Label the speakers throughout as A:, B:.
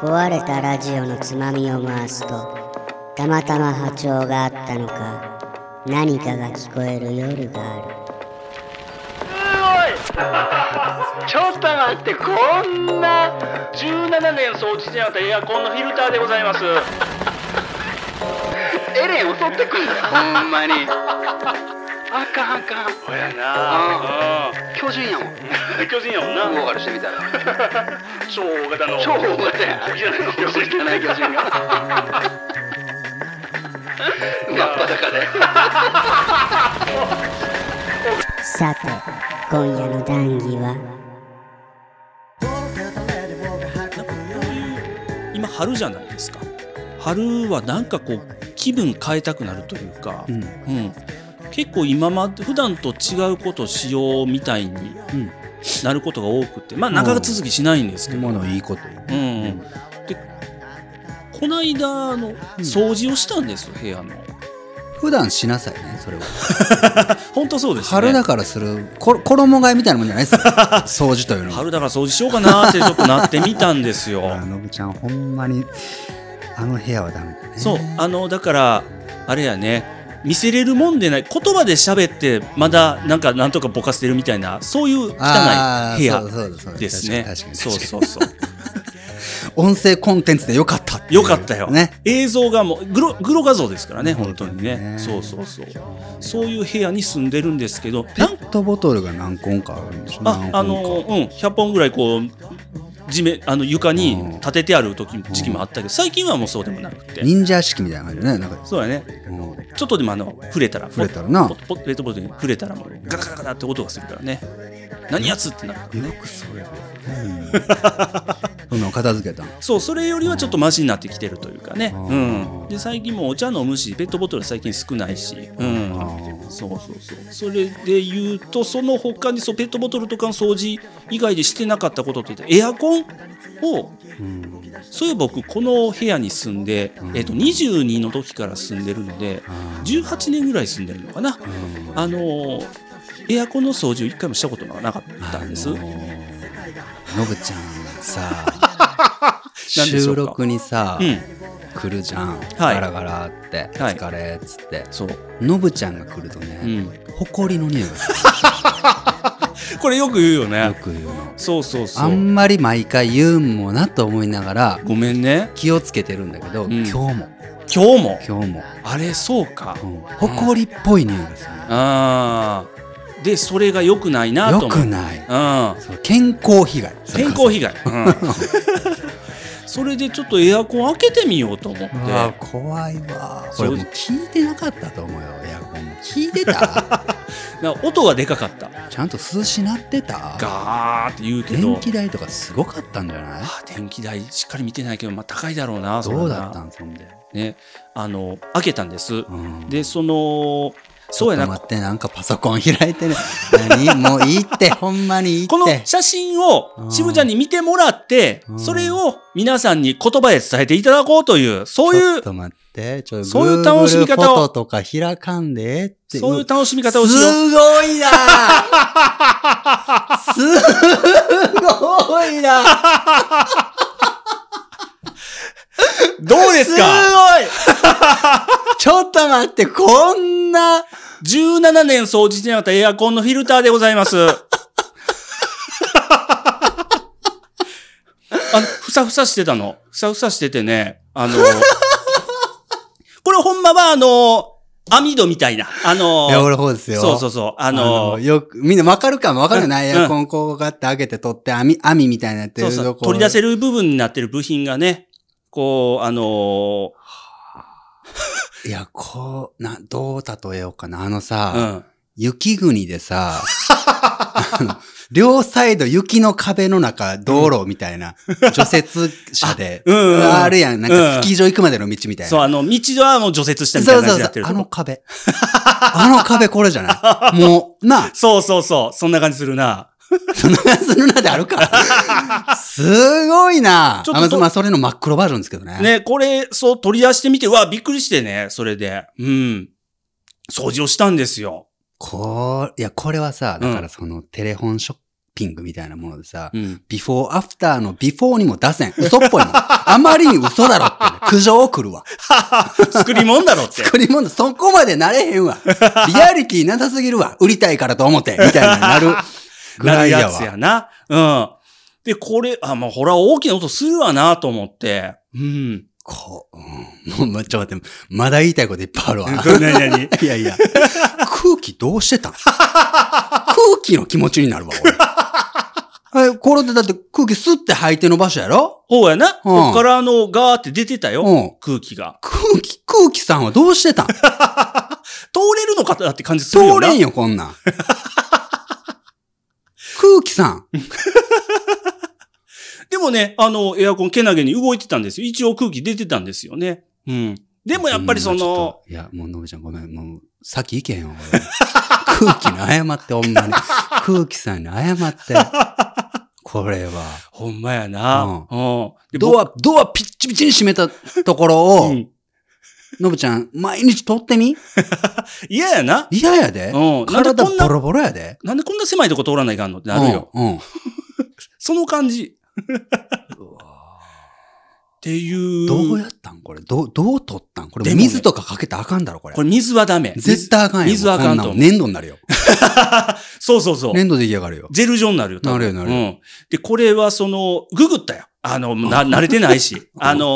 A: 壊れたラジオのつまみを回すとたまたま波長があったのか何かが聞こえる夜がある
B: ちょっと待って、こんな17年掃除してなかったエアコンのフィルターでございます。 エレン襲ってくるほんまに。あかんあかん。ほやな。
C: 巨人 やもん
B: 巨人やもん
C: グー
B: な。
C: ガルしてみたら
B: 超大型の。
C: 超大型や
B: いや
C: よく汚い巨人が真っ裸で
A: さて今夜の談義は
D: 今春じゃないですか春はなんかこう気分変えたくなるというか、うん結構今まで普段と違うことしようみたいに
E: うん
D: なることが多くてまあ長続きしないんですけど、
E: 今のいいこと言う
D: うんでこの間あの掃除をしたんですよ部屋の
E: 普段しなさいねそれは
D: 本当そうですね
E: 春だからするこ衣替えみたいなもんじゃない ですよ掃除というのは
D: 春だから掃除しようかなってちょっとなってみたんですよ
E: あのぶちゃんほんまにあの部屋はダメだね
D: そうあのだからあれやね見せれるもんでない言葉で喋ってまだなんかなんとかぼかしてるみたいなそういう汚い
E: あー
D: 部屋
E: そうだそうだそうだ
D: ですね
E: 確かに確かに
D: そうそうそう
E: 音声コンテンツでよかったってい
D: よ
E: う
D: かったよ、
E: ね
D: 映像がもうグログロ画像ですからね本当にねそ
E: そう
D: そうそうそういう部屋に住んでるんですけど
E: ペ
D: なん
E: ットボトルが何本かあるんでしょ
D: あ
E: 何本か
D: あのうん100本ぐらいこう地面あの床に立ててある時時期もあったけど最近はもうそうでもなくて
E: 忍者式みたいな感じだ ねなんか
D: そうやね
E: うん
D: ちょっとでもあの触れたら
E: 触れたらな
D: ポッポッペットボトルに触れたらもうガラガラガラって音がするからね何やつってなる
E: よくそれ、 そんなの片付けたん
D: そうそれよりはちょっとマシになってきてるというかね、うん、で最近もうお茶飲むしペットボトル最近少ないし、うん、そうそうそうそれで言うとその他にそうペットボトルとかの掃除以外でしてなかったことって言ってエアコンを、そういえば僕この部屋に住んで、えっと22の時から住んでるので18年ぐらい住んでるのかな、あのーエアコンの掃除を一回もしたことがなかったんです。
E: のぶちゃんさ
D: 何でしょ
E: 収
D: うか
E: 録にさ、
D: うん
E: 来るじゃん、
D: はい
E: ガラガラって「
D: はい
E: 疲れ」っつって、
D: そう
E: のぶちゃんが来るとね、
D: う
E: 埃の匂いが す
D: これよく言うよ
E: るよ
D: ね。
E: く言うの
D: そうそうそう。
E: あんまり毎回言うんもなと思いながら
D: ごめんね。
E: 気をつけてるんだけど、
D: ん
E: 今日も
D: 今日も。
E: 今日も、
D: あれ、そうか。
E: うん、埃っぽい匂いがする
D: ああ。で、それが良くないなと
E: よ
D: 思う。
E: くない
D: うん。
E: そう健康被害
D: 健康被害。うん、 それでちょっとエアコン開けてみようと思って。
E: うわ怖いわこれもう
D: そう
E: 聞いてなかったと思うよエアコンも聞いてた
D: なんか音がでかかった。
E: ちゃんと涼しなってた
D: ガーって言うけど。
E: 電気代とかすごかったんじゃない
D: あー電気代しっかり見てないけど、まあ高いだろうな、それ
E: ど
D: は
E: う
D: な
E: だったんそんで、
D: ね。あの、開けたんです。
E: うん、
D: で、その、そうや
E: ちょ
D: な
E: っと、待ってなんかパソコン開いてね何 もういいってほんまにいいって
D: この写真を
E: うん
D: 渋ちゃんに見てもらって
E: う、ん
D: それを皆さんに言葉で伝えていただこうという、そうい
E: ちょ
D: う
E: っ、と待ってちょっと
D: そういう楽しみ方を
E: Google フォトとか開かんでええって
D: そういう
E: 楽
D: 楽しみ
E: し
D: 方をしよう。
E: すごいなすごいな
D: どうですか
E: すごい ちょっと待って、こんな、
D: ?17 年掃除してなかったエアコンのフィルターでござい ます。あの、ふさふさしてたの。ふさふさしててね、あの、これほんまはあの、網戸みたいな。あの、
E: いや、俺方ですよ。
D: そうそうそう。あ
E: あ
D: の、
E: の、よく、みんなわかるかもわかるよな
D: うん
E: い。エアコンこうやって開けて取って、網、網みたいになって
D: そう
E: る
D: そ
E: と
D: う
E: こ
D: 取り出せる部分になってる部品がね、こう、あの
E: いや、こう、な、どう例えようかな。あの
D: ー
E: さ、
D: うん。
E: 雪国でさ、 あの両サイド雪の壁の中、道路みた いな、除雪車で、
D: うんうんうん
E: あるやん。なん
D: う
E: か
D: ん
E: スキー場行くまでの道みたいな。
D: そう、あの、道はもう除雪したみたい
E: そう
D: な感じ
E: そう
D: になっ
E: そ
D: て
E: う。
D: る
E: あ
D: と
E: の
D: こ
E: 壁。あの壁これじ ゃないもう、なあ、
D: そうそうそう。そんな感じするな。
E: そんなするなである か。すごいな。
D: ちょっと
E: あまず
D: と
E: まあ、それの真っ黒バージョンですけどね。
D: ね、これ、そう、取り出してみて、うわ、びっくりしてね、それで。うん。掃除をしたんですよ。
E: こう、いや、これはさ、だか
D: うん
E: らその、テレフォンショック、ピングみたいなものでさ、
D: うん
E: ビフォーアフターのビフォーにも出せん。嘘っぽいもん。 あまりに嘘だろって、苦情を 来るわ。
D: 作り物だろって。
E: 作り物、そこまでなれへ んわ。リアリティなさすぎるわ。売りたいからと思って、みたいにな るぐらいや
D: なるや
E: わ。
D: つやな。うん。で、これ、あ、まあ、ほら、大きな音するわな、と思って。うん。
E: こう、うん、もう、ちょっと待って、まだ言いたいこといっぱいあるわ。
D: なになに
E: いやいや。空気どうしてたん空気の気持ちになるわ、 俺。え、これってだって空気吸って吐いての場所やろ
D: ほうやな。こっから、あの、ガーって出てたよ。
E: うん
D: 空気が。
E: 空気、空気さんはどうし てたん
D: 通れるのかなって感じするよ
E: 通
D: な。
E: れんよ、こ んなん。空気さん。
D: でもね、あの、エアコンけなげに動いてたんですよ。一応空気出てたんですよね。うん。でもやっぱりそ
E: うんまあちょ
D: の
E: っ、といや、もう、のぶちゃんごめん、もう、先行けへんよ、 俺空気に謝って、ほんまに。空気さんに謝って。これは。
D: ほんまやな。うん。で
E: ドア、ドアピッチピチに閉めたところ
D: 僕
E: を、
D: うん
E: のぶちゃん、毎日撮ってみ
D: 嫌やな。
E: 嫌やで。
D: うんなんで
E: 体
D: こんな
E: ボロボロやで。
D: なんでこんな狭いとこ通らないかんのってなるよ。
E: うん。うん
D: その感じ。 っていう。
E: どうやったんこれ。どう、どう取ったんこれ。
D: でもね
E: 水とかかけたらあかんだろ、これ。
D: これ水はダメ。
E: 絶対あかんやん。
D: 水はあかんと
E: こな粘土になるよ。
D: そうそうそう。
E: 粘土でき上がるよ。
D: ジェル状になるよ。多分
E: なるよなる
D: う
E: よ
D: ん。で、これはその、ググったよ。あの、な、慣れてない し。あのー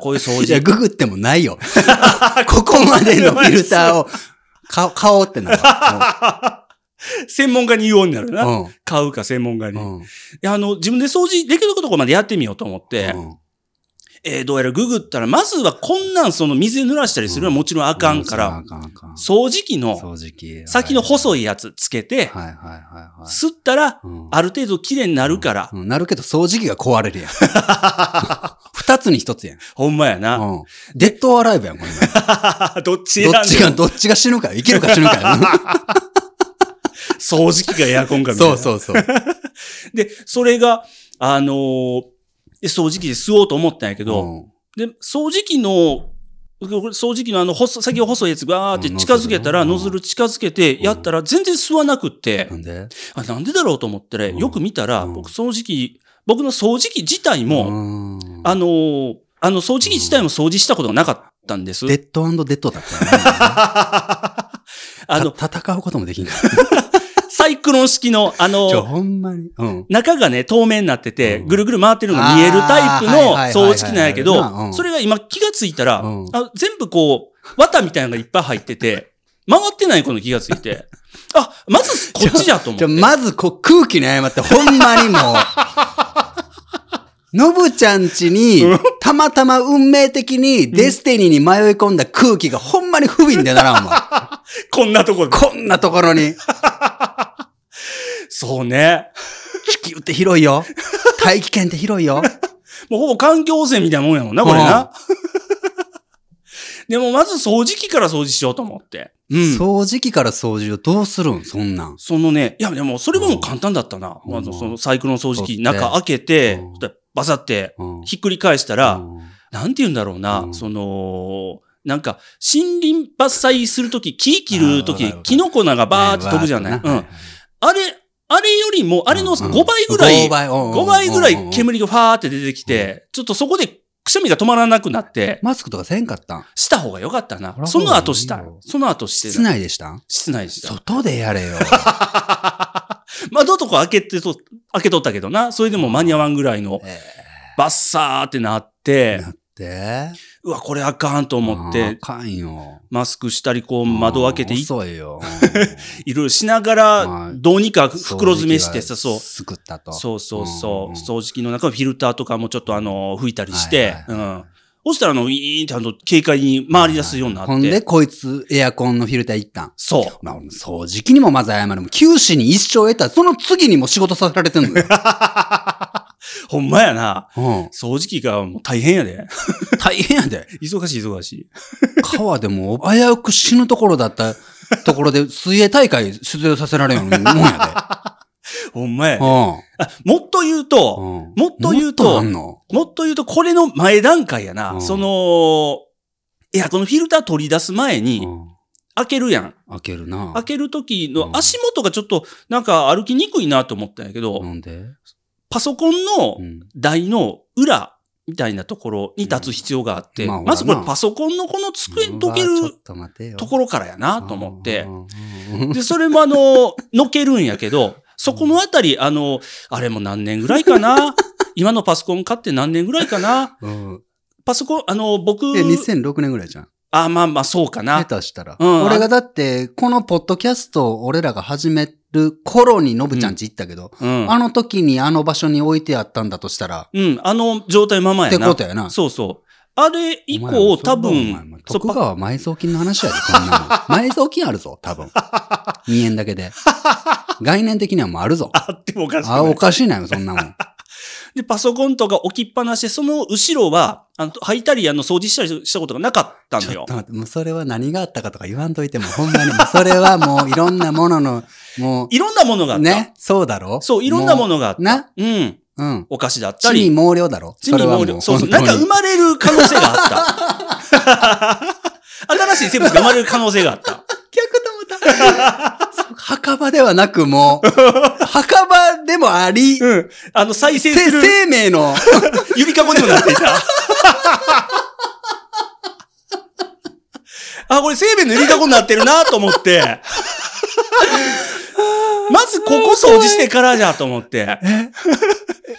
D: こういう掃
E: いや、
D: 除。
E: ググってもない よ。ここまでのフィルターを、か、買おう ってなるわ。
D: 専門家に言おうになるな。
E: うん
D: 買うか、専門家に。
E: うん。うん
D: であの、自分で掃除できるとこまでやってみようと思って、
E: うん
D: えーどうやらググったら、まずはこんなんその水で濡らしたりするのはもちろんあかんか
E: あ
D: ら、
E: かんあかん。
D: 掃除機の
E: 掃除機。
D: 先の細
E: い。
D: いやつつけて、
E: はいはいはいはい。
D: 吸ったら、
E: うん
D: ある程度綺麗になるから、
E: うんなるけど掃除機が 壊れるやん。二つに一つやん。
D: ほんまやな。
E: うん。デッドオアライブやん、これ。
D: どっち選ん
E: ど
D: で
E: っちが、どっちが死ぬか、生きるか死ぬか。
D: 掃除機かエアコンかみたい
E: そ
D: な。
E: うそうそう。
D: で、それが、あのーで掃除機で吸おうと思ったんやけど、
E: うん
D: で、掃除機の、掃除機のあの、細先を細いやつガーって近づけたら、
E: うん
D: ノ
E: ノ
D: ズ
E: ズルね
D: ル近づけて、やったら全然吸わなくって、
E: なんで
D: あ、なんでだろうと思ってね、
E: うん
D: よく見たら、
E: うん
D: 僕掃除機、僕の掃除機自体
E: う
D: も、
E: ん
D: あのーあの掃除機自体も掃除したことがなかったんです。
E: デッドデッドだったよね。
D: あの、
E: た戦うこともできんから。
D: サイクロン式の、あの
E: ちょ、ほんまに。うん。
D: 中がね、透明になってて、
E: うん
D: ぐるぐる回ってるのが見えるタイプの
E: あーはいはいはい
D: 掃除機なんやけ
E: なう
D: ど、
E: ん
D: それが今気がついたら、
E: うん
D: あ全部こう、綿みたいなのがいっぱい入ってて、回ってないこの気がつい て、あ、まずこっちだと思って
E: じゃ、。まずこう空気に謝って、ほんま にもう。のぶちゃんちに、たまたま運命的にデスティニーに迷い込んだ空気がほんまに不憫でなら んわ。
D: こんなとこで。
E: こんなところに。
D: そうね。
E: 地球って広 いよ。大気圏って広いよ。
D: もうほぼ環境汚染みたいなもんやもんな、これな。 でもまず掃除機から掃除しようと思って。うん。
E: 掃除機から掃除をどうするんそんなん。
D: そのね、いやでもそれはもう簡単だったな。
E: うん
D: まずそのサイクロン掃除機
E: 取って
D: 中開けて、
E: うん
D: そしたらバサって
E: うん
D: ひっくり返したら、なんて言うんだろうな、
E: うん
D: その、なんか、森林伐採するとき、木切るとき
E: あーわかるわか、る
D: キノコなんかバーって飛ぶじゃない、うん。あれ、あれよりも、あれの5倍ぐらい、
E: 5倍、うん
D: 5倍ぐら
E: うん
D: い煙がファーって出てきて、ちょっとそこでくしゃみが止まらなくなって、
E: マスクとかせんかったん
D: した方がよかった
E: ほら
D: な。その後した
E: ほらいいよ。
D: その後して
E: 室
D: ない。
E: 内でしたん
D: 室内した。
E: 外でやれ よ。
D: 窓とか開けてと、開けとったけどな。それでも間に合わんぐらいの、
E: え
D: バッサーってなっ
E: え
D: て
E: な、って。
D: うわ、これあかんと思っ
E: あ
D: て、
E: かんよ。
D: マスクしたり、こう、窓開けて
E: うん
D: い
E: 遅 いよ。
D: いろいろしなが
E: ま
D: ら
E: あ、
D: どうにか袋詰めしてさ、そう。
E: すくったと。
D: そうそう
E: う
D: そう。
E: ん
D: 掃除機の中のフィルターとかもちょっとあの、吹いたりして、
E: は
D: う
E: いはい
D: ん。そしたらあの、ウィーンってあの、警戒に回り出すようにな
E: ほ
D: っ
E: んで、
D: て。
E: こいつ、エアコンのフィルターいったん。
D: そう。
E: まあ、俺も掃除機にもまず謝るもん。九死に一生得た。その次にも仕事させられ てんのよ。
D: ほんまやな。
E: うん
D: 掃除機がもう大変やで。
E: 大変やで。
D: 忙しい忙しい。
E: 川でも危うく死ぬところだったところで水泳大会出場させられるようなもんや
D: ほんまや
E: で。う
D: で。あもっと言うと、
E: ん。うん
D: もっと言うと
E: もっなんの
D: もっと言うと、これの前段階やな。
E: うん
D: その、いや、このフィルター取り出す前
E: う
D: に、
E: ん
D: 開けるやん。
E: 開けるな。
D: 開ける時
E: う
D: の
E: ん
D: 足元がちょっとなんか歩きにくいなと思ったんやけど、
E: なんで
D: パソコンの
E: うん。
D: 台の裏みたいなところに立つ必要があって、
E: うんまあ
D: まずこれ
E: ほらな
D: パソコンのこの机に溶け
E: うわちょ
D: る
E: っと待てよ。
D: ところからやなと思って
E: う、んうんうん
D: で、それもあの、のけるんやけど、そこのあたり、あの、あれも何年ぐらいか な今のパソコン買って何年ぐらいかな
E: うん。
D: パソコン、あの、僕、
E: え、2006年ぐらいじゃん。
D: あ、まあまあ、そうかな。
E: 下手したら。
D: うん
E: 俺がだって、このポッドキャストを俺らが始める頃にのぶちゃんち行ったけど、
D: うん。
E: あの時にあの場所に置いてあったんだとしたら、
D: うん、あの状態まま
E: っ
D: やな。
E: てことやな。
D: そうそう。あれ以
E: お前
D: 降、
E: も
D: 多
E: お前も
D: 分、そう
E: 徳川埋蔵金の話やで、そ んなの。埋蔵金あるぞ、多分。2円だけで。概念的にはもうあるぞ。
D: パあってもおかしく
E: あ、
D: な
E: お
D: い。
E: かしいなよ、そんなもん。
D: で、パソコンとか置きっぱなしで、その後ろは、あの、ハイタリアの掃除したりしたことがなかったの
E: ちょ
D: よ
E: っと。待って、もうそれは何があったかとか言わんといても、ほんまに、もうそれはもういろんなものの、も
D: いろんなものがあ
E: う、
D: った。
E: ね、そうだろ
D: そう、いろんなも
E: の。
D: のがあった。
E: な、
D: うん。
E: うん。
D: お菓子だっ
E: 地
D: たり。
E: に毛量だろ
D: 地に毛量。そうそう。なんか生まれる可能性があった。 新しい生物が生まれる可能性があった。
E: 逆とまた。墓場ではなくもう、 墓場でもあり、
D: うん。あの、再生
E: せ
D: する
E: 生命の、
D: ゆりかごにもなっていた。あ、これ生命のゆりかごになってるなと思って。まずここ掃除してからじゃと思って。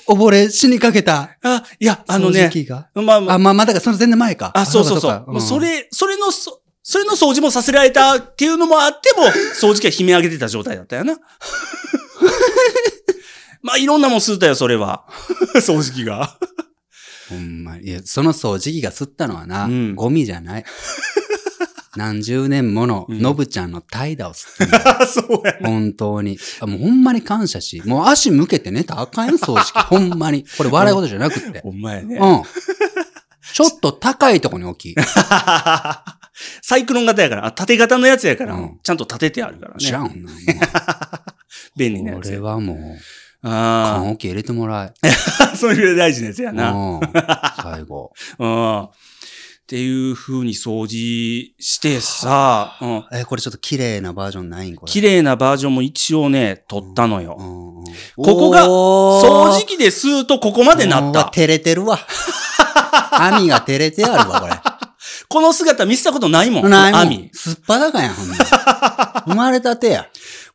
E: 溺れ死にかけた、
D: あ、いや、あ
E: あ
D: の
E: の
D: ね
E: ね。。が
D: まあま
E: あ、
D: あ、
E: まあまあ、だからその全然前か。
D: あ、そうそうそう。もうそ、れ、それの、そそれの掃除もさせられたっていうのもあって も、掃除機は悲鳴上げてた状態だったよな。 まあ、いろんなもん吸ったよ、それは。 掃除機が。
E: ほんま、いや、その掃除機が吸ったのはな、
D: うん
E: ゴミじゃない。何十年もの、
D: うん
E: のぶちゃんの怠惰を吸ってんだよ
D: そうや。
E: 本当に。あもうほんまに感謝し、もう足向けて寝たらあかんよ、掃 除機。ほんまに。これ笑い事じゃなくって。
D: ほんまやね。
E: うん。ちょっと高いとこに置き。
D: サイクロン型やから、あ縦型のやつやから、
E: うん
D: ちゃんと立ててあるから
E: 知ら
D: ね。
E: ん、ほんな
D: 便利な
E: もう
D: やつ
E: 俺
D: や。
E: はもう、
D: あ
E: 缶置き入れてもら
D: あ、 そういう大事なやつや
E: え。
D: な。
E: うん。最後。
D: うん。っていう風に掃除してさ、うん。
E: え、これちょっと綺麗なバージョンないんこれ。
D: 綺
E: 麗。
D: 麗なバージョンも一応ね、撮ったのよ。
E: こ
D: こが掃除機で吸うとここまでなった。
E: 照れ てるわ。網が照れてあるわ、これ。
D: この姿見せたことないもん。
E: ないもん
D: 網。。
E: すっぱだかやん、ほんまに生まれたてや。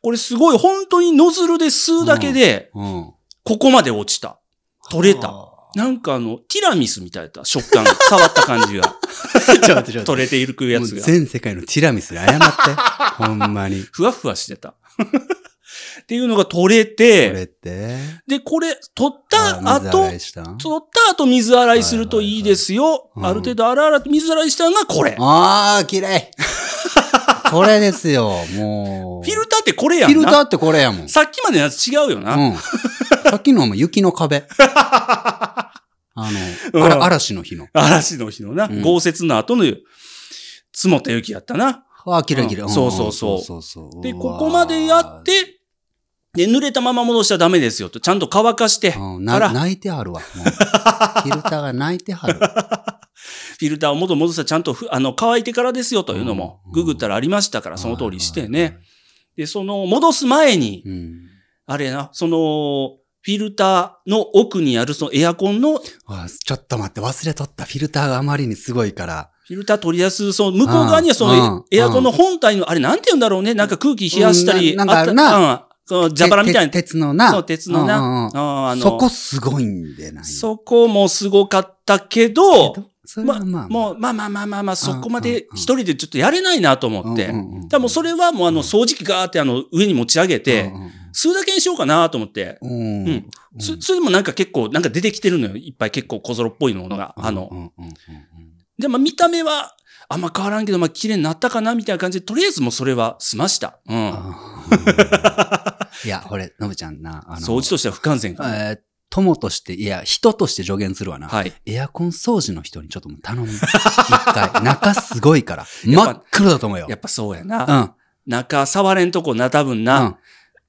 D: これすごい、本当にノズルで吸うだけで、
E: うん。
D: ここまで落ちた。取れ た。
E: あ
D: なんかあの、ティラミスみたいだった。食 感。触った感じが。
E: ー。ちょっとちょっと。
D: 取れていくやつ
E: もう
D: が。
E: 全世界のティラミスで謝って。 ほんまに。
D: ふわふわしてた。 っていうのが取れ
E: これ
D: て、
E: って。
D: で、これ、取っ
E: あ
D: た
E: ー水
D: 後
E: 洗い、したん
D: 取った後水洗いするといいですよ。
E: はいはいはい
D: ある程度洗洗って水洗いしたのがこれ。フ
E: ああ、綺麗。これですよ、もう。
D: ィルターってこれや
E: フィ
D: ん
E: ルター
D: な。
E: ってこれやもん。
D: さっきまでのやつ違うよな。
E: うん。さっきのも雪 の壁。あ
D: うん
E: の、あら嵐の日の。
D: 嵐の日のな、
E: うん
D: 豪雪の後の積もった雪やったな。
E: ああ、キラキラ。
D: うん
E: ん
D: そうそうそう
E: そうそう
D: で、ここまでやっ、て、で、濡れたまま戻しちゃダメですよと、ちゃんと乾かして、
E: う
D: フ
E: わうん
D: あ
E: な
D: ら
E: 泣いてはるわ。もうフィルターが泣いては る。
D: ィルターを元戻したらちゃんとふあの乾いてからですよというのも、
E: うん
D: ググったらありましたから、その通りしてね。で、その戻す前に、
E: うん。
D: あれな、その、フィルターの奥にあるそのエアコンの
E: あちょっと待って、忘れとった。フィルターがあまりにすごいから。
D: フィルター取り出す、その向こう側にはそ
E: うん
D: のエアコンの本体の、あれなんて言うんだろうね、なんか空気冷やしたり、
E: うんななんかあるな
D: あった、うん、ジャバラみたいな
E: てて鉄のな。
D: そう、鉄のな。
E: うんうんうん
D: あーあの
E: そこすごいんでない。
D: そこもすごかったけど、
E: けどそれはまあ、
D: もう、まあまあまあまあまあ、そこま
E: うんうん
D: で
E: うん
D: 一人でちょっとやれないなと思って
E: うんうんうん。
D: 多分それはもうあの、掃除機ガーってあの、上に持ち上げて
E: うん、
D: 吸うだけにしようかなと思って。
E: うん
D: う
E: うんん。
D: そそれでもなんか結構、なんか出てきてるのよ。いっぱい結構小ぞろっぽいものが。あの
E: う、んうんうんうん
D: で、まあ見た目は、あんま変わらんけど、まあ綺麗になったかなみたいな感じで、とりあえずもうそれは済ました。うん。
E: あー いや、俺、のぶちゃんな、あの、
D: 掃除としては不完全かな。
E: えー友として、いや、人として助言するわな。
D: はい。
E: エアコン掃除の人にちょっともう頼む。一回。 中すごいから。真っ黒だと思うよ。
D: やっぱそうや
E: う
D: な。
E: ん。
D: 中触れんとこな、多分
E: う
D: な。
E: ん。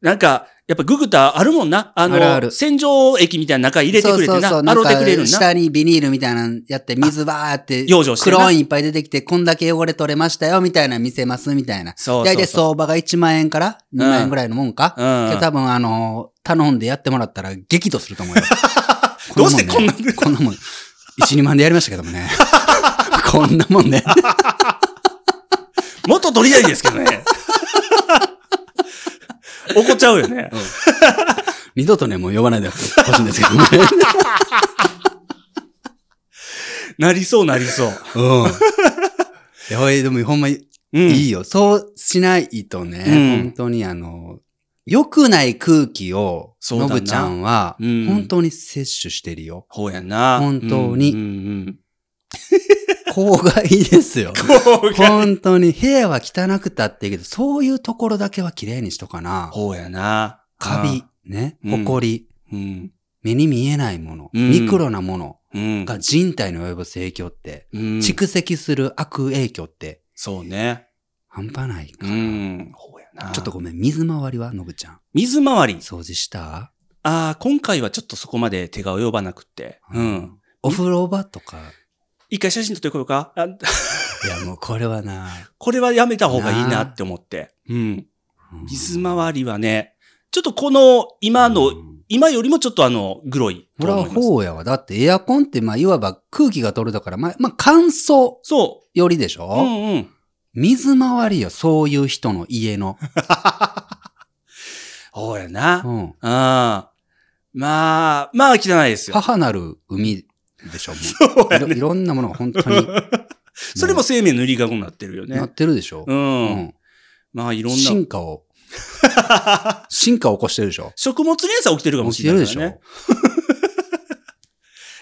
D: なんか、やっぱググタあるもんな。あの、
E: あるある
D: 洗浄液みたいな中入れてくれてな。
E: そうそうそう
D: 洗うてくれる
E: なん
D: ん
E: か
D: な。
E: 下にビニールみたいなのやって、水バーって、
D: 養生して
E: ク
D: な
E: ローンいっぱい出てきて、こんだけ汚れ取れましたよ、みたいなの見せます、みたいな。
D: そうそうそう
E: 大体相場が1万円から2万円ぐらいのもんか。
D: うん
E: で多分、あの、頼んでやってもらったら激怒すると思うよ。
D: どうしてこんな
E: もねこんなもん。1、2万でやりましたけども ね。こんなもんね。
D: もっと取りたいですけど ね。怒っちゃうよね。
E: 二度とね、もう呼ばないでほしいんですけ どもね。
D: なりそうなりそう。
E: うん。いや、おいでもほんま、
D: うん。
E: いいよ。そうしないとね、
D: うん
E: 本当にあの、良くない空気を、
D: そうだ
E: の
D: な
E: ぶちゃんは、
D: うん
E: 本当に摂取してるよ。
D: ほうやな。
E: 本当に
D: うんうん
E: 郊外で すよ。
D: うん
E: 本当に、部屋は汚くたっていいけど、そういうところだけは綺麗にしとかな。
D: ほうやな。
E: カビ、ね、
D: うん
E: ホコリ、
D: うん。
E: 目に見えないもの、
D: うん
E: ミクロなもの
D: うん。
E: が人体に及ぼす影響って、
D: うん。
E: 蓄積する悪影響って、
D: そうね。
E: 半端ないか
D: う
E: ら。
D: ん。ほうやな。
E: ちょっとごめん、水回りはのぶちゃん。
D: 水回り。
E: 掃除した
D: ああ、今回はちょっとそこまで手が及ばなくって。うん。。
E: お風呂場とか。
D: 一回写真撮ってこようか。あ
E: いや、もうこれはな。
D: これはやめた方がいいなって思って。うん。
E: うん
D: 水回りはね、ちょっとこの今の、
E: うん
D: 今よりもちょっとあの、グロい
E: ことれ
D: 思
E: はい
D: ます。
E: ほうやわ。だってエアコンって、まあ、いわば空気が取れたから、まあ、まあ、乾燥
D: そ
E: よりでし
D: う。う
E: ょ、
D: んうん。
E: 水回りよ、そういう人の家の。
D: ほうやな。
E: う
D: あ
E: ん。
D: あ。まあ、まあ汚いですよ。
E: 母なる海でしょも
D: そう
E: う
D: や
E: いろい
D: ね。。
E: ろんなものが本当に
D: それも生命の塗り籠になってるよ
E: な
D: ね
E: っ。てるでしょ
D: う。
E: うん
D: まあいろんな。
E: 進 化を。進化を起こしてるでしょ
D: 食物連鎖起きてるかも
E: 起
D: し
E: きて
D: れ
E: る
D: な
E: で
D: い
E: し
D: か
E: ょ
D: らね。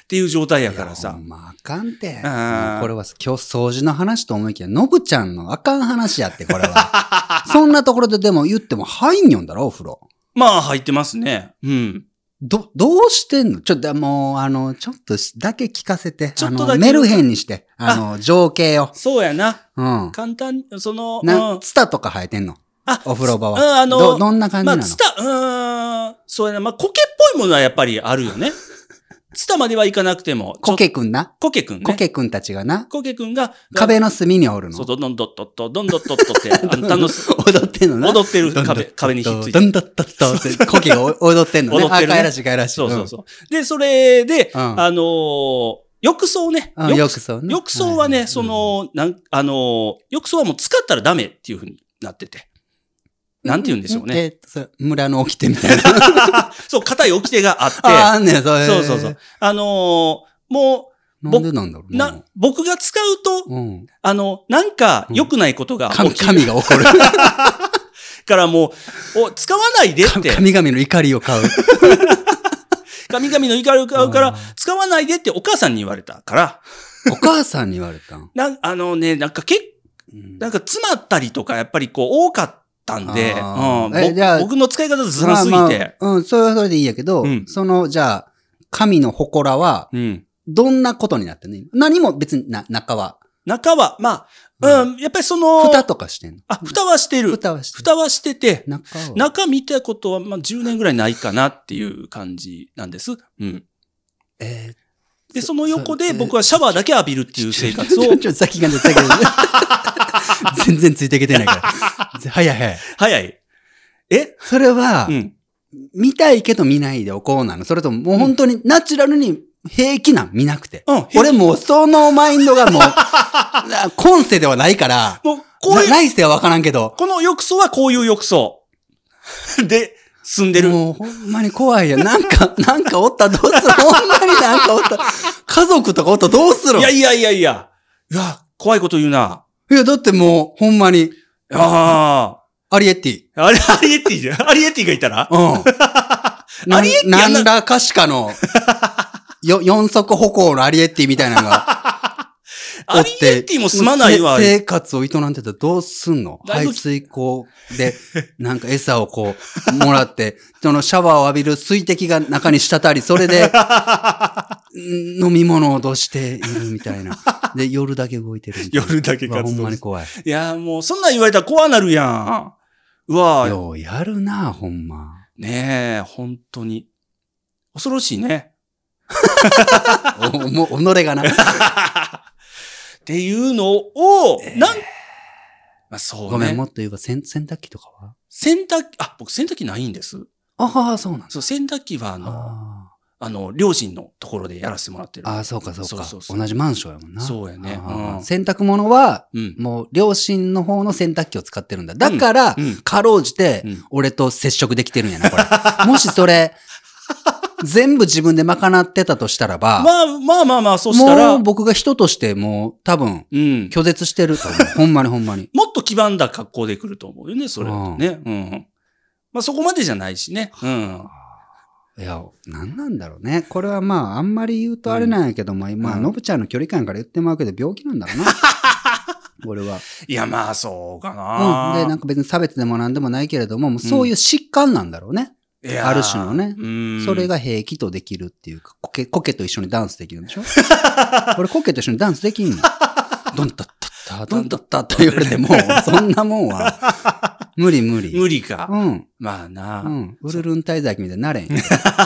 D: っていう状態やから
E: いやほ
D: さ。
E: んまあかんて。
D: あー
E: これは今日掃除の話と思いきや、のぶちゃんのあかん話やって、これは。 そんなところででも言っても入んよんだろ、お風呂。
D: まあ入ってますね。うん。
E: ど、どうしてんのちょっと、もう、あの、ちょっとしだけ聞かせて。
D: ちょっと
E: あの
D: だけ
E: メルヘンにして。あの、情景を。
D: そうやな。
E: うん。
D: 簡単に、その、う
E: な、
D: ん
E: ツタとか生えてんの
D: あ
E: お風呂場は。
D: うんあの
E: ど、どんな感じ
D: まあ、
E: なの、
D: ツタ、うーん、そうやな。まあ、コケっぽいものはやっぱりあるよ ね。ツタまではいかなくても。
E: コ
D: ちょ。
E: ケくんな。
D: コケくんね。
E: コ。ケくんたちがな。
D: コケくんが。
E: 壁の隅におるの。
D: そう、どんどんどっとっと、どんどんどっとって、 あの、楽し、
E: 踊ってんのな。
D: 踊ってる
E: どんどん
D: 壁壁にひっついて
E: どんどんどんどんってコケが お踊ってんのね。
D: 踊ってるね
E: あ、かいらしいかいらしい。
D: そうそうそう。で、それで、
E: うん
D: あのー浴槽ね。
E: うん。うん、浴槽ね。
D: 浴槽はね、
E: い
D: そ、の、なん、あのー浴槽はもう使ったらダメっていうふうになってて。なんて言うんでしょうね。
E: えっと、それ村の掟みたいな。
D: そう、硬い掟が あって。
E: あ、あんねん、それ。
D: そうそうそう。。あのーも
E: なんでなんだろう
D: う、な、僕が使うと、
E: うん。
D: あの、なんか良くないことが
E: 神
D: 起きる
E: 神が怒る。
D: からもう、お使わないでって、
E: 神々の怒りを 買う。
D: 神々の怒りを買うか
E: あ
D: ら
E: ー、
D: 使わないでってお母さんに言われたから、
E: お母さんに言われたん。
D: なんあのね、なんか結なんか詰まったりとかやっぱりこう多かったんで、
E: あー
D: うん
E: え
D: ぼ
E: じゃあ
D: 僕の使い方ず
E: ま
D: さ
E: あ
D: すぎ
E: まあ
D: て、
E: うん、それはそれでいいんやけど
D: うん、
E: その、じゃあ、神の祠は、
D: うん。
E: どんなことになってんの今何も別にな、中は。
D: 中は、まあ、うん、やっぱりその、
E: 蓋とかしてんの
D: あ、蓋はしてる。
E: 蓋はしてる。
D: 蓋はしてて、
E: 中は。
D: 中見たことは、まあ、10年ぐらいないかなっていう感じなんです。うん。
E: え
D: で、その横で
E: そ
D: 僕はシャワーだけ浴びるっていう生活
E: ー、
D: を
E: ちょ、ちょ、先が出てく る。全然ついていけてないから。ぜ早い早い。
D: 早い。え
E: それは
D: う、ん。
E: 見たいけど見ないでおこうなのそれとももう本当にナチュラルに平気なん見なくて。
D: うん。平気
E: 俺もうそのマインド がもう、な今世ではないから、
D: もう、こう
E: な
D: いう、
E: 来世はわからんけど、
D: この浴槽はこういう浴槽。 で、住んでる。
E: もうほんまに怖いよ。なんか、 なんかおったらど うするほんまになんかおったら。家族とかおったらどうする
D: い
E: い
D: や
E: や
D: いやいやいや。いや、怖いこと言うな。
E: だってもう、ほんまに、
D: あ
E: アリエッティ。
D: あ。あれ、アリエッティじゃん。アリエッティがいたら
E: うん。
D: アリエッティあ
E: なん
D: な
E: 何らかし かの、よ、四足歩行のアリエッティみたいなのが。
D: アリエッティもすまないわ。
E: せ生活を営んでたらどうすんの
D: だいぶ
E: 排水口で、なんか餌をこう、もらって、 そのシャワーを浴びる水滴が中に滴り、そ れで、ん飲み物をどしているみたいな。で、夜だけ動いてるみたいな。
D: 夜だけ活動
E: うわほんまに怖い。
D: いや、もう、そんなん言われたら怖なるやん。うわ
E: ようやるな、ほんま。
D: ねえ、本当に。恐ろしいね。
E: おもう、己 がな。
D: っていうのを、なん、まあそうね。
E: ごめん、もっと言うば、洗洗濯機とかは
D: 洗濯機、あ、僕洗濯機ないんです。
E: ああ、そうなんだ。
D: そう、洗濯機はあの、あ
E: あ
D: の、両親のところでやらせてもらってる。
E: ーあー、そうかそうか
D: そうそうそう
E: 同じマンションやもんな。
D: そうやね
E: あー
D: うん
E: 洗濯物は、
D: うん。
E: もう、両親の方の洗濯機を使ってるんだ。だから、
D: うん
E: かろうじて
D: うん、
E: 俺と接触できてるんやな、これ。もし それ、全部自分で賄ってたとしたらば、
D: まあまあまあまあ、そした
E: も
D: ら、
E: う
D: う
E: 僕が人としてもう多分
D: ん。
E: 拒絶してると思う。 ほんまにほんまに。
D: もっと黄ばんだ格好で来ると思うよね、それはね。うん。まあそこまでじゃないしね。うん。
E: いや、なんなんだろうね。これはまあ、あんまり言うとあれなんやけど、まあ、まあ、
D: うん
E: のぶちゃんの距離感から言ってまうけど、病気なんだ ろうな。俺は。
D: いや、まあそうかな。
E: うん。で、なんか別に差別でもなんでもないけれども、もうそういう疾患なんだろうね。
D: いやー
E: ある種のね
D: うん
E: それが平気とできるっていうか、コケ、コケと一緒にダンスできるん でしょ俺コケと一緒にダンスできんの。ドンタッタッタ、ドンタッタッと言われても、そんなもんは、無理無理。
D: 無理か。
E: うん。
D: まあな。
E: うん。ウルルン滞在期みたいになれんよ。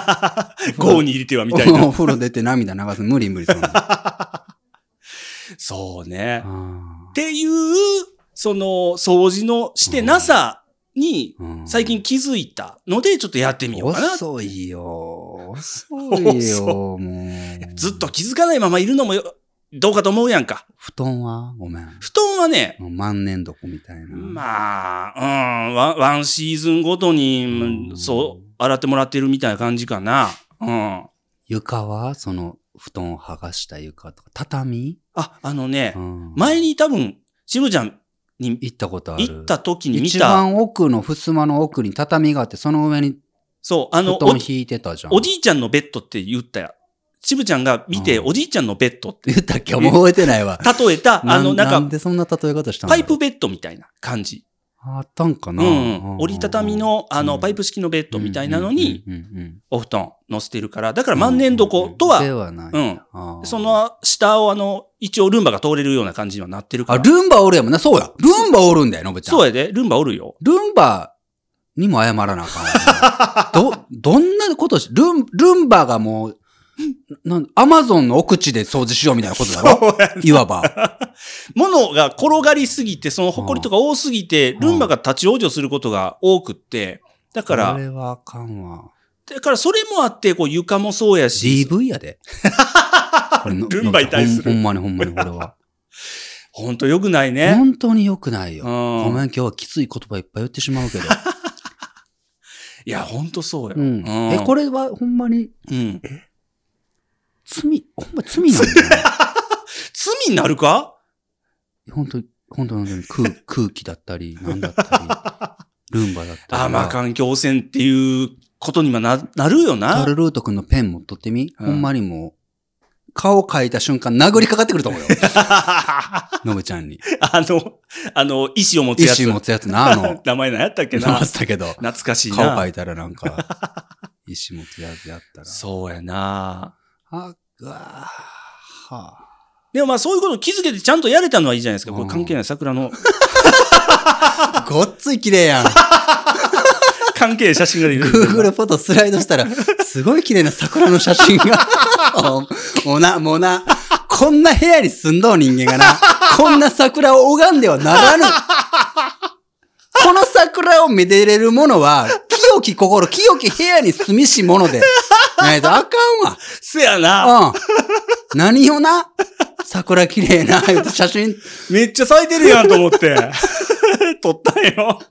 D: 豪に入れてはみたいな。
E: お風呂出て涙流す。無理無理。そんな
D: そうね。
E: あ
D: っていう、その、掃除のしてなさに、
E: ーうん
D: 最近気づいたので、ちょっとやってみようかな。
E: 遅いよ。遅 い
D: 遅い
E: よ。もう。
D: ずっと。気づかないままいるのもよどうかと思うやんか。
E: 布団はごめん。
D: 布団はね、
E: もう万年床みたいな。
D: まあ、うん、ワンワンシーズンごとに、
E: うん
D: そう、洗ってもらってるみたいな感じかな。うん。
E: 床はその、布団を剥がした床とか、畳、
D: あ、あのね
E: う、ん
D: 前に多分、しのちゃんに
E: 行ったことある。
D: 行った時に見
E: 一
D: た、
E: 番奥の襖の奥に畳があって、その上に
D: そう、あの
E: 布、団引いてたじゃん。
D: おおじいちゃんのベッドって言ったや。しぶちゃんが見て、
E: うん
D: おじいちゃんのベッドって
E: 言ったっけもう覚えてないわ。
D: 例えた、 あの、
E: な
D: なんんか、
E: でそんな例え方したの
D: パイプベッドみたいな感じ。
E: あったんか
D: う
E: な、
D: ん。折りたたみの、あ
E: う
D: の、
E: ん
D: パイプ式のベッドみたいなのに、
E: うんうんうんうん、
D: お布団乗せてるから、だから万年床とは、
E: ではない。
D: うん。
E: あー
D: そ、の下をあの、一応ルンバが通れるような感じにはなってるか
E: あ、
D: ら。
E: ルンバおるやもんな。そうや。ルンバおるんだよ、のぶちゃん。
D: そうやで、ルンバおるよ。
E: ルンバにも謝らなあ かんわ。ど、どんなことし、ルン、ルンバがもう、なん、アマゾンの奥地で掃除しようみたいなことだろいわば。
D: 物が転がりすぎて、その埃とか多すぎて、
E: ん
D: ルンバが立ち往生することが多くって、だか
E: こ
D: ら、
E: れはあかんわ。
D: だからそれもあって、こう床もそうやし、
E: DV やで。これ の
D: ルンバに対する
E: ほんほんまにほんまに、これ は。
D: ほんと良くないね。
E: 本当に良くないよ。
D: うん
E: ごめん、今日はきつい言葉いっぱい言ってしま うけど。
D: いや、ほんとそうや。
E: うん。え、こ
D: れ、
E: れはほんまに
D: うん。
E: 罪、ほんま罪なん だよね。
D: 罪になるか
E: 本当に、本当に本当に空空気だったり、なんだったり、ルンバだったり。
D: あ、まあ、環境汚染っていうことにもな、なるよ
E: タ
D: な
E: ル。ルート君のペン持っとってみ、
D: うん
E: ほんまにもう、顔描いた瞬間殴りかかってくる と思うよ。
D: あ
E: のぶちゃんに。
D: の、あの、意志を持つ
E: 意
D: やつ。、
E: 志持つやつな、あの
D: 名 前何やったっけ
E: 言って
D: な
E: ま。したけど、
D: 懐かしいな。
E: 顔描いたらなんか、意志持つやつやったら。
D: そうやな
E: あ、うわーはあ
D: でもまあそういうことを気づけてちゃんとやれたのはいいじゃないですか。これ関係ない桜の
E: ごっつい綺麗やん。
D: 関係ない写真が出てくる。
E: Google フォトスライドしたら、すごい綺麗な桜の写真が。 おおな、もうな、こんな部屋に住んどう人間がな、こんな桜を拝んではならぬ。この桜をめでれる者は、清き心、清き部屋に住みし者で、ないとあか
D: せや
E: ん
D: な。
E: わ。うん。何よな、桜綺麗な、言うて写真、
D: めっちゃ咲いてるやんと思 って。撮ったんよ。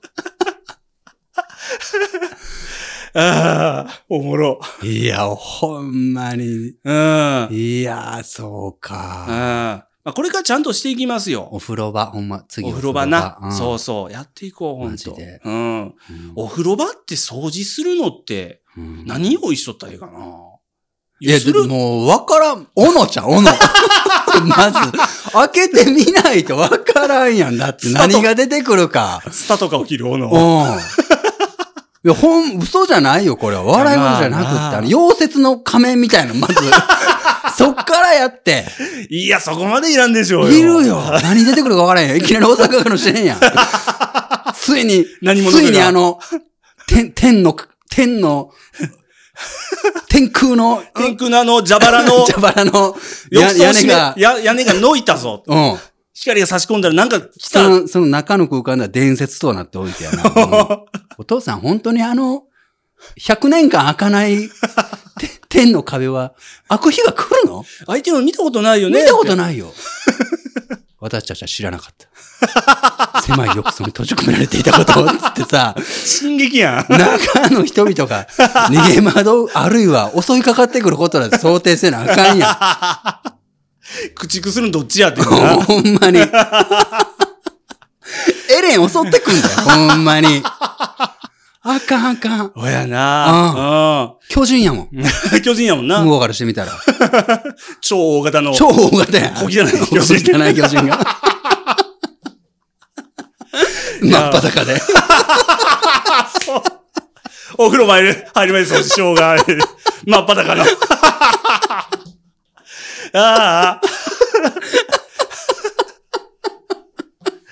D: ああ、おもろ。
E: いや、ほんまに、
D: うん。うん。
E: いや、そうか。
D: まあ、これからちゃんとしていきますよ。
E: お風呂場、ほんま、次
D: お風呂場な。
E: うん
D: そうそう。やっていこう、ほんと
E: マジで。
D: うん。
E: うん
D: お風呂場って掃除するのって
E: うん
D: 何用意しとったらいいかな。
E: いや、
D: す
E: で
D: る
E: もう、わからん。おのちゃん、おの。 まず、開けてみないとわからんや ん。だって
D: スタート
E: 何が出てく るか。
D: スタとかを切る斧
E: うん。いや、ほん、嘘じゃないよ、これは。笑い事じゃなくって、
D: まあな
E: あの、溶接の仮面みたいな、まず。そっからやって。
D: いや、そこまでいらんでしょうよ。
E: いるよ。何出てくるかわからんよ。いきなり大阪府の支援やん。ついに、
D: 何者か
E: つ
D: が
E: いにあの、天、天の、天 の、天空の、、
D: 天空のあの、蛇腹の
E: 蛇腹の
D: 浴
E: や
D: 槽
E: 屋
D: 閉
E: 根
D: め
E: が、
D: や屋根がのいたぞ。
E: うん。
D: 光が差し込んだらなんか来
E: そ
D: た。
E: の、その中の空間では伝説となっておいてや な。うんお父さん、本当にあの、100年間開 かない、て天の壁は、開く日が来るの
D: 相手の見たことないよね。
E: 見たことないよ。私たちは知らなか った。狭い浴槽に閉じ込められていたことを、つってさ、
D: 進撃やん。
E: 中の人々が逃げ惑う、あるいは襲いかかってくることなんて想定せなあかんやん。
D: 駆逐するのどっちやっていうな。
E: ほんまに。エレン襲ってくんだよ、ほんまに。あかんあかん。
D: おやな
E: 巨人やもん。
D: うん。巨人やもんな。
E: 向こうからしてみたら。
D: 超大型の。
E: 超大型やん。
D: 小汚い巨
E: 小
D: 人
E: 汚い巨人が。真っ裸で。
D: お風呂入る、入りますよ、師匠が。 真っ裸の。 ああ。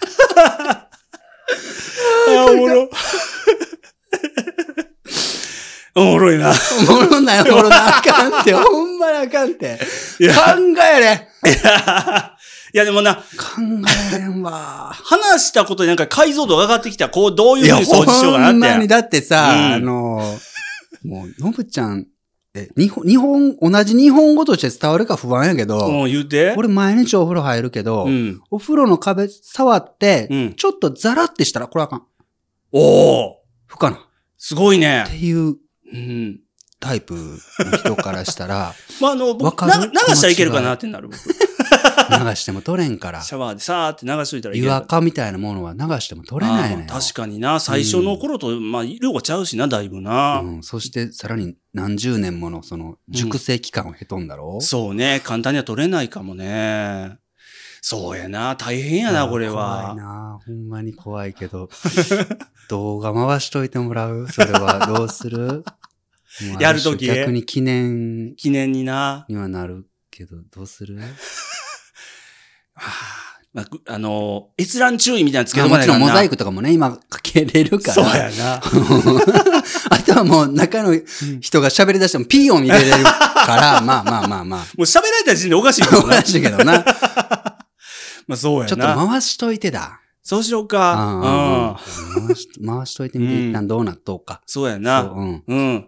D: ああ、おもろ。 おもろいな。
E: おもろないおもろないあかんって。ほんまにあかんって。
D: いや
E: 考えれ。
D: いや、でもな、
E: 考えれんわ。
D: 話したことでなんか解像度が上がってきた。こう、どういうふ
E: い や、
D: うに掃除しよう
E: ほ
D: か
E: ん
D: な
E: ま
D: って
E: に。だってさ、
D: うん
E: あの、もう、のぶちゃん、え、日本、日本、同じ日本語として伝わるか不安やけど、
D: もう言うて。
E: 俺毎日お風呂入るけど、
D: うん。
E: お風呂の壁触って、
D: うん
E: ちょっとザラってしたら、これあかん。
D: おお
E: 不可能。っ
D: すごいね
E: て。いう
D: うん。
E: タイプの人からし たら、
D: まあ、あの、
E: わ
D: 僕、
E: かる
D: な流したらいけるかなってなる。僕
E: 流しても取れんから
D: シ、ャワーでさーって流しといたらいい
E: 湯垢みたいなものは流しても取れないのよ。
D: 確かにな、最初の頃と、まあ、量がちゃうしな、だいぶな。
E: うん、そして、さらに何十年もの、その、熟成期間を経とんだろ、う
D: そうね、簡単には取れないかもね。そうやな、大変やな、これ
E: 怖い
D: は。
E: なほんまに怖い けど。動画回しといてもらうそれはど うするもう
D: やるとき
E: あ種逆に記念
D: 記念にな。
E: にはなるけど、どうする
D: はあまあぐあの、閲覧注意みたいなのつけ
E: あ
D: とか
E: も
D: ない
E: ち
D: か
E: ろ
D: ら
E: ん
D: な。
E: モザイクとかもね、今かけれるから。
D: そうやな。
E: あとはもう中の人が喋り出してもピー音入れれ るから、まあまあまあまあ。
D: もう喋られた時点でおかしいも
E: お
D: んな
E: かしいけどな。ちょ
D: まあ、そう
E: っ
D: や
E: と
D: な。
E: 回しといてだ。
D: そうしようか。うん。
E: うん回し回しといてみて、
D: うん
E: 一旦どうなっとうか。
D: そうや
E: そう
D: な。
E: うん。
D: うん。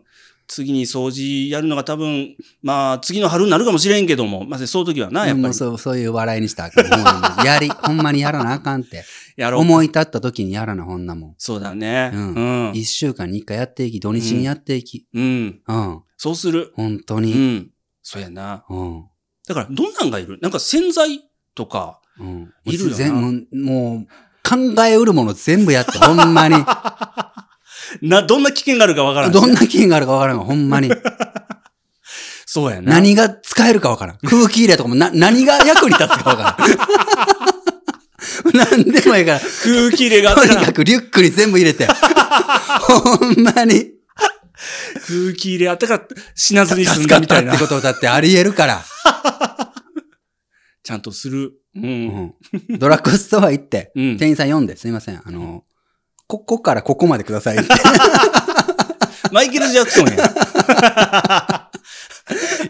D: 次に掃除やるのが多分、まあ、次の春になるかもしれんけども、まあ、そういう時はな、やっぱ
E: もう
D: り。
E: そうそういう笑いにしたらあかんもうね。やり、 ほんまにやらなあかんって。
D: やろう。
E: 思い立った時にやらな、ほんなも
D: そうだね。
E: う
D: うんん
E: ん。。一週間に一回やっていき、土日にやっていき。
D: うん。
E: うん。
D: そうする。
E: 本当
D: う
E: に。
D: ん。そうやな。
E: うん。
D: だから、どんなんがいるなんか洗剤とか、
E: うん。
D: いるよな
E: 全部、もう、考えうるもの全部やって、ほんまに。
D: な、どんな危険があるかわからんし。
E: どんな菌があるかわからんわ、ほんまに。
D: そうやな。
E: 何が使えるかわからん。空気入れとかもな、何が役に立つかわ からん。何でもいいから、
D: 空気入れがあっ
E: と
D: た
E: に
D: ら、
E: かくリュックに全部入 れて。ほんまに。
D: 空気入れあったから死なずに済
E: 助
D: ん
E: か
D: だ
E: っ
D: み
E: た
D: た
E: っ
D: いな
E: て。ことだってあり得るから。
D: ちゃんとする。うん。
E: うんドラッグストア行って、
D: うん
E: 店員さん読んで、すいません、あの、ここからここまでくださいって。
D: マイケル・ジャクソンや。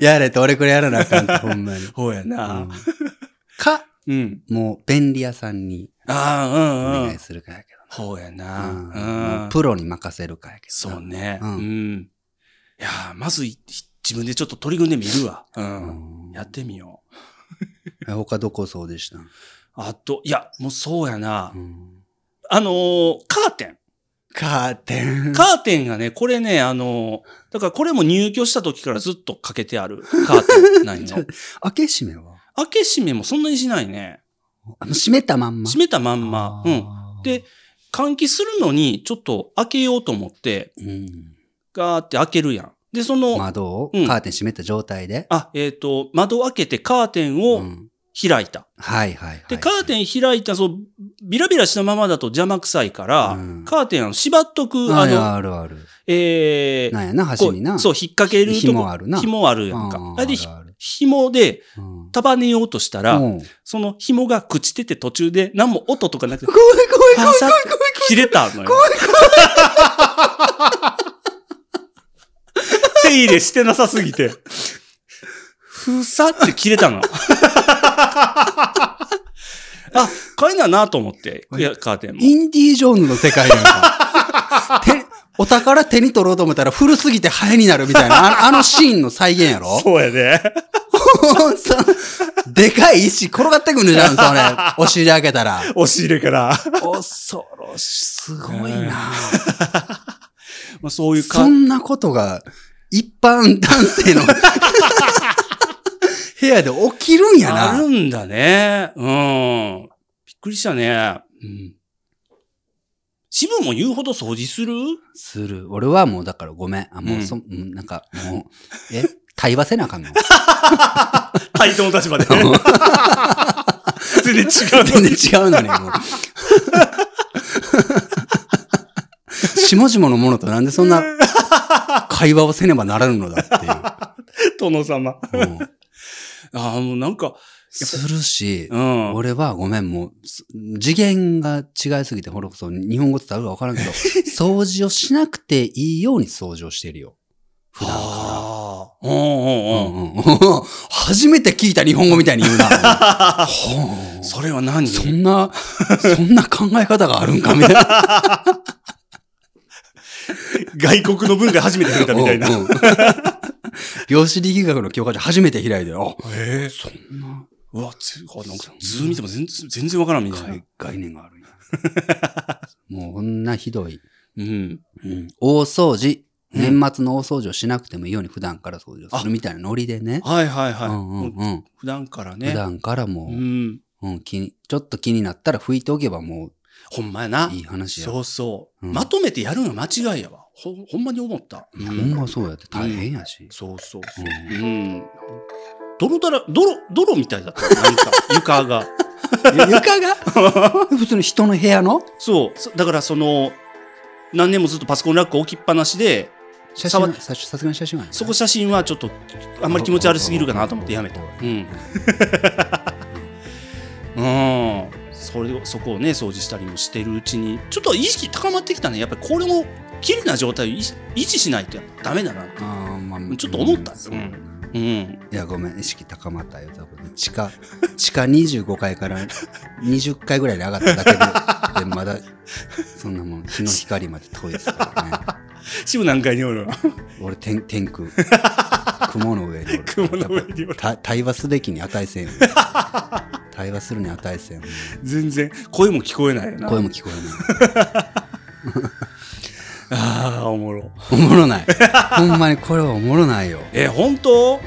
E: やれと俺これやらなあかんって、ほんまに。
D: ほうや
E: う。
D: なん
E: か、
D: うん。
E: もう便利屋さんにお
D: ああ、うんう
E: 願い
D: ん。
E: するかやけど
D: ほうやな。
E: な。も
D: う。
E: うんプロに任せるかやけど。
D: そう。ね。
E: う
D: うんん。いやーまずい自分でちょっと取り組んでみるわ。う。
E: うんん
D: やってみよう。
E: え他どこそうでした
D: あと、いや、もうそうやな。
E: うん
D: あのーカーテン。
E: カーテン。
D: カーテンがね、これね、あのーだからこれも入居した時からずっとかけてあるカーテンない
E: ち
D: の
E: ょ。開け閉めは
D: 開け閉めもそんなにしないね。
E: あの閉めたまんま。
D: 閉めたまんま。うん。
E: あー
D: で、換気するのに、ちょっと開けようと思って、
E: うん。
D: ガーって開けるやん。で、その、
E: 窓を、
D: うん
E: カーテン閉めた状態で。
D: あ、えっ、と、窓開けてカーテン
E: う
D: を
E: ん
D: 開いた。
E: はいはいはい。
D: で、カーテン開いた、そう、ビラビラしたままだと邪魔くさいから、
E: うん
D: カーテンあの縛っとく、
E: あ
D: あ
E: いや
D: の、
E: あるある。
D: えー
E: なんやな、
D: こ
E: 端
D: う
E: にな。
D: そう、引っ掛けるとこ。
E: 紐あるな
D: 紐あるやん
E: う
D: か。
E: ん
D: あれで、
E: あるある
D: 紐で
E: うん。
D: 束ねようとしたら、
E: うん
D: その紐が朽ちてて途中で何も音とかなくて、
E: 怖い怖い怖い
D: パサッて切れたのよ。手入れしてなさすぎて、ふさって切れた の。あ、買えななと思って、いやカーテンも。
E: インディ・ージョーンズの世界なんか。 手お宝手に取ろうと思ったら古すぎてハエになるみたいな、ああのシーンの再現や ろ
D: そうやで。
E: そのでかい石転がってくるじゃん、それ。お尻開けたら。
D: 押し入れから。
E: 恐ろしい。すごいな。
D: まあ、そういう
E: そ
D: 感
E: んなことが、一般男性の 部屋で起きるん
D: じ
E: や
D: あ
E: な
D: る。んだね。うん。びっくりしたね。うん。支部も言うほど掃除する
E: する。俺はもうだからごめん。あ、もうそ、うんなんか、もう、え、 対話せなあか んの。
D: 対等の立場で。 全然違うの
E: 全
D: に。
E: 然違うのに、もう。下々のものとなんでそんな会話をせねばならぬのだっ
D: 殿様。
E: ていう。もう
D: ああ、もうなんか、
E: するし、
D: うん。
E: 俺はごめん、もう、す次元が違いすぎて、ほらこそ日本語伝わるかわからんけど、掃除をしなくていいように掃除をしてるよ。普段か
D: ああ。うんう
E: ら。うん
D: うん。
E: ん うん、初めて聞いた日本語みたいに言うな。ほう
D: それは何
E: そんな、そんな考え方があるんかみたいな。
D: 外国の文化初めて見たみたいな。
E: うんうん量子力学の教科書初めて開いて、あ、
D: ええ
E: そんな
D: うわ、つあなんか図見ても全然、全然わからんみたいな
E: 概。概念があるんや。もうこんなひどい。
D: うん。
E: うん、大掃除、年末の大掃除をしなくてもいいように普段から掃除をするみたいなノリでね。
D: はいはいはい。
E: うんうん
D: もう
E: うん
D: 普段からね。
E: 普段から
D: う
E: もう、
D: ん。
E: うん気にちょっと気になったら拭いておけばも
D: ほんまやな。
E: ういい話や。
D: そうそう、
E: うん
D: まとめてやるの間違いやわ。ほんほんまに思った。
E: いや
D: う
E: ほ
D: ん
E: んまそうやって大変やし。
D: そうそうそうう。
E: ん
D: うん。泥だら、泥、泥みたいだった。なんか、床が。
E: 床が普通に人の部屋の
D: そうそ。だからその、何年もずっとパソコンラック置きっぱなしで、
E: 写
D: 触っ
E: 真ささすがに写真はない
D: そこ写真はちょっと、あんまり気持ち悪すぎるかなと思ってやめた。うん。うん。 それを、そこをね、掃除したりもしてるうちに、ちょっと意識高まってきたね。やっぱりこれも、綺麗な状態を維持維持しないとやっぱダメだな。
E: あー、まあ
D: ちょっと思った
E: うんん
D: です
E: そ
D: よ
E: うやない
D: うん。
E: いやごめん意識高まったよ多分地下 地下25階から20階ぐらいで上がった だけででまだそんなもん日の光まで遠いですからね
D: 支部何回にお るの
E: 俺天 天空雲の上に俺
D: 雲の上におる
E: た対話すべきに値せんよ対話するに値せん
D: 全然声も聞こえないよな
E: 声も聞こえ
D: ああおもろ
E: ないおもろないほんまにこれはおもろないよ
D: え本当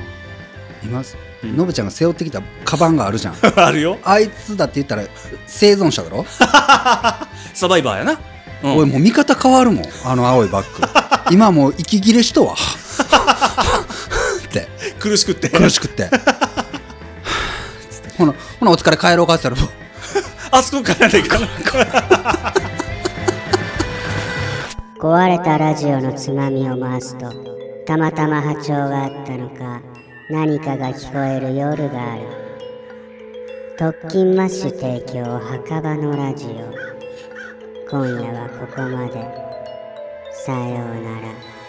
E: 今
D: うん
E: のぶちゃんが背負ってきたカバンがあるじゃん
D: あるよ
E: あいつだって言ったら生存者だろ、
D: サバイバーやなうん
E: おいもう見方変わるもんあの青いバッ グ今もう息切れしとわって
D: 苦しくって
E: 苦しく ってつってほなほなお疲れ帰ろうかって言ったら
D: あそこからねこの
A: 壊れたラジオのつまみを回すとたまたま波長があったのか何かが聞こえる夜がある特勤マッシュ提供墓場のラジオ今夜はここまでさようなら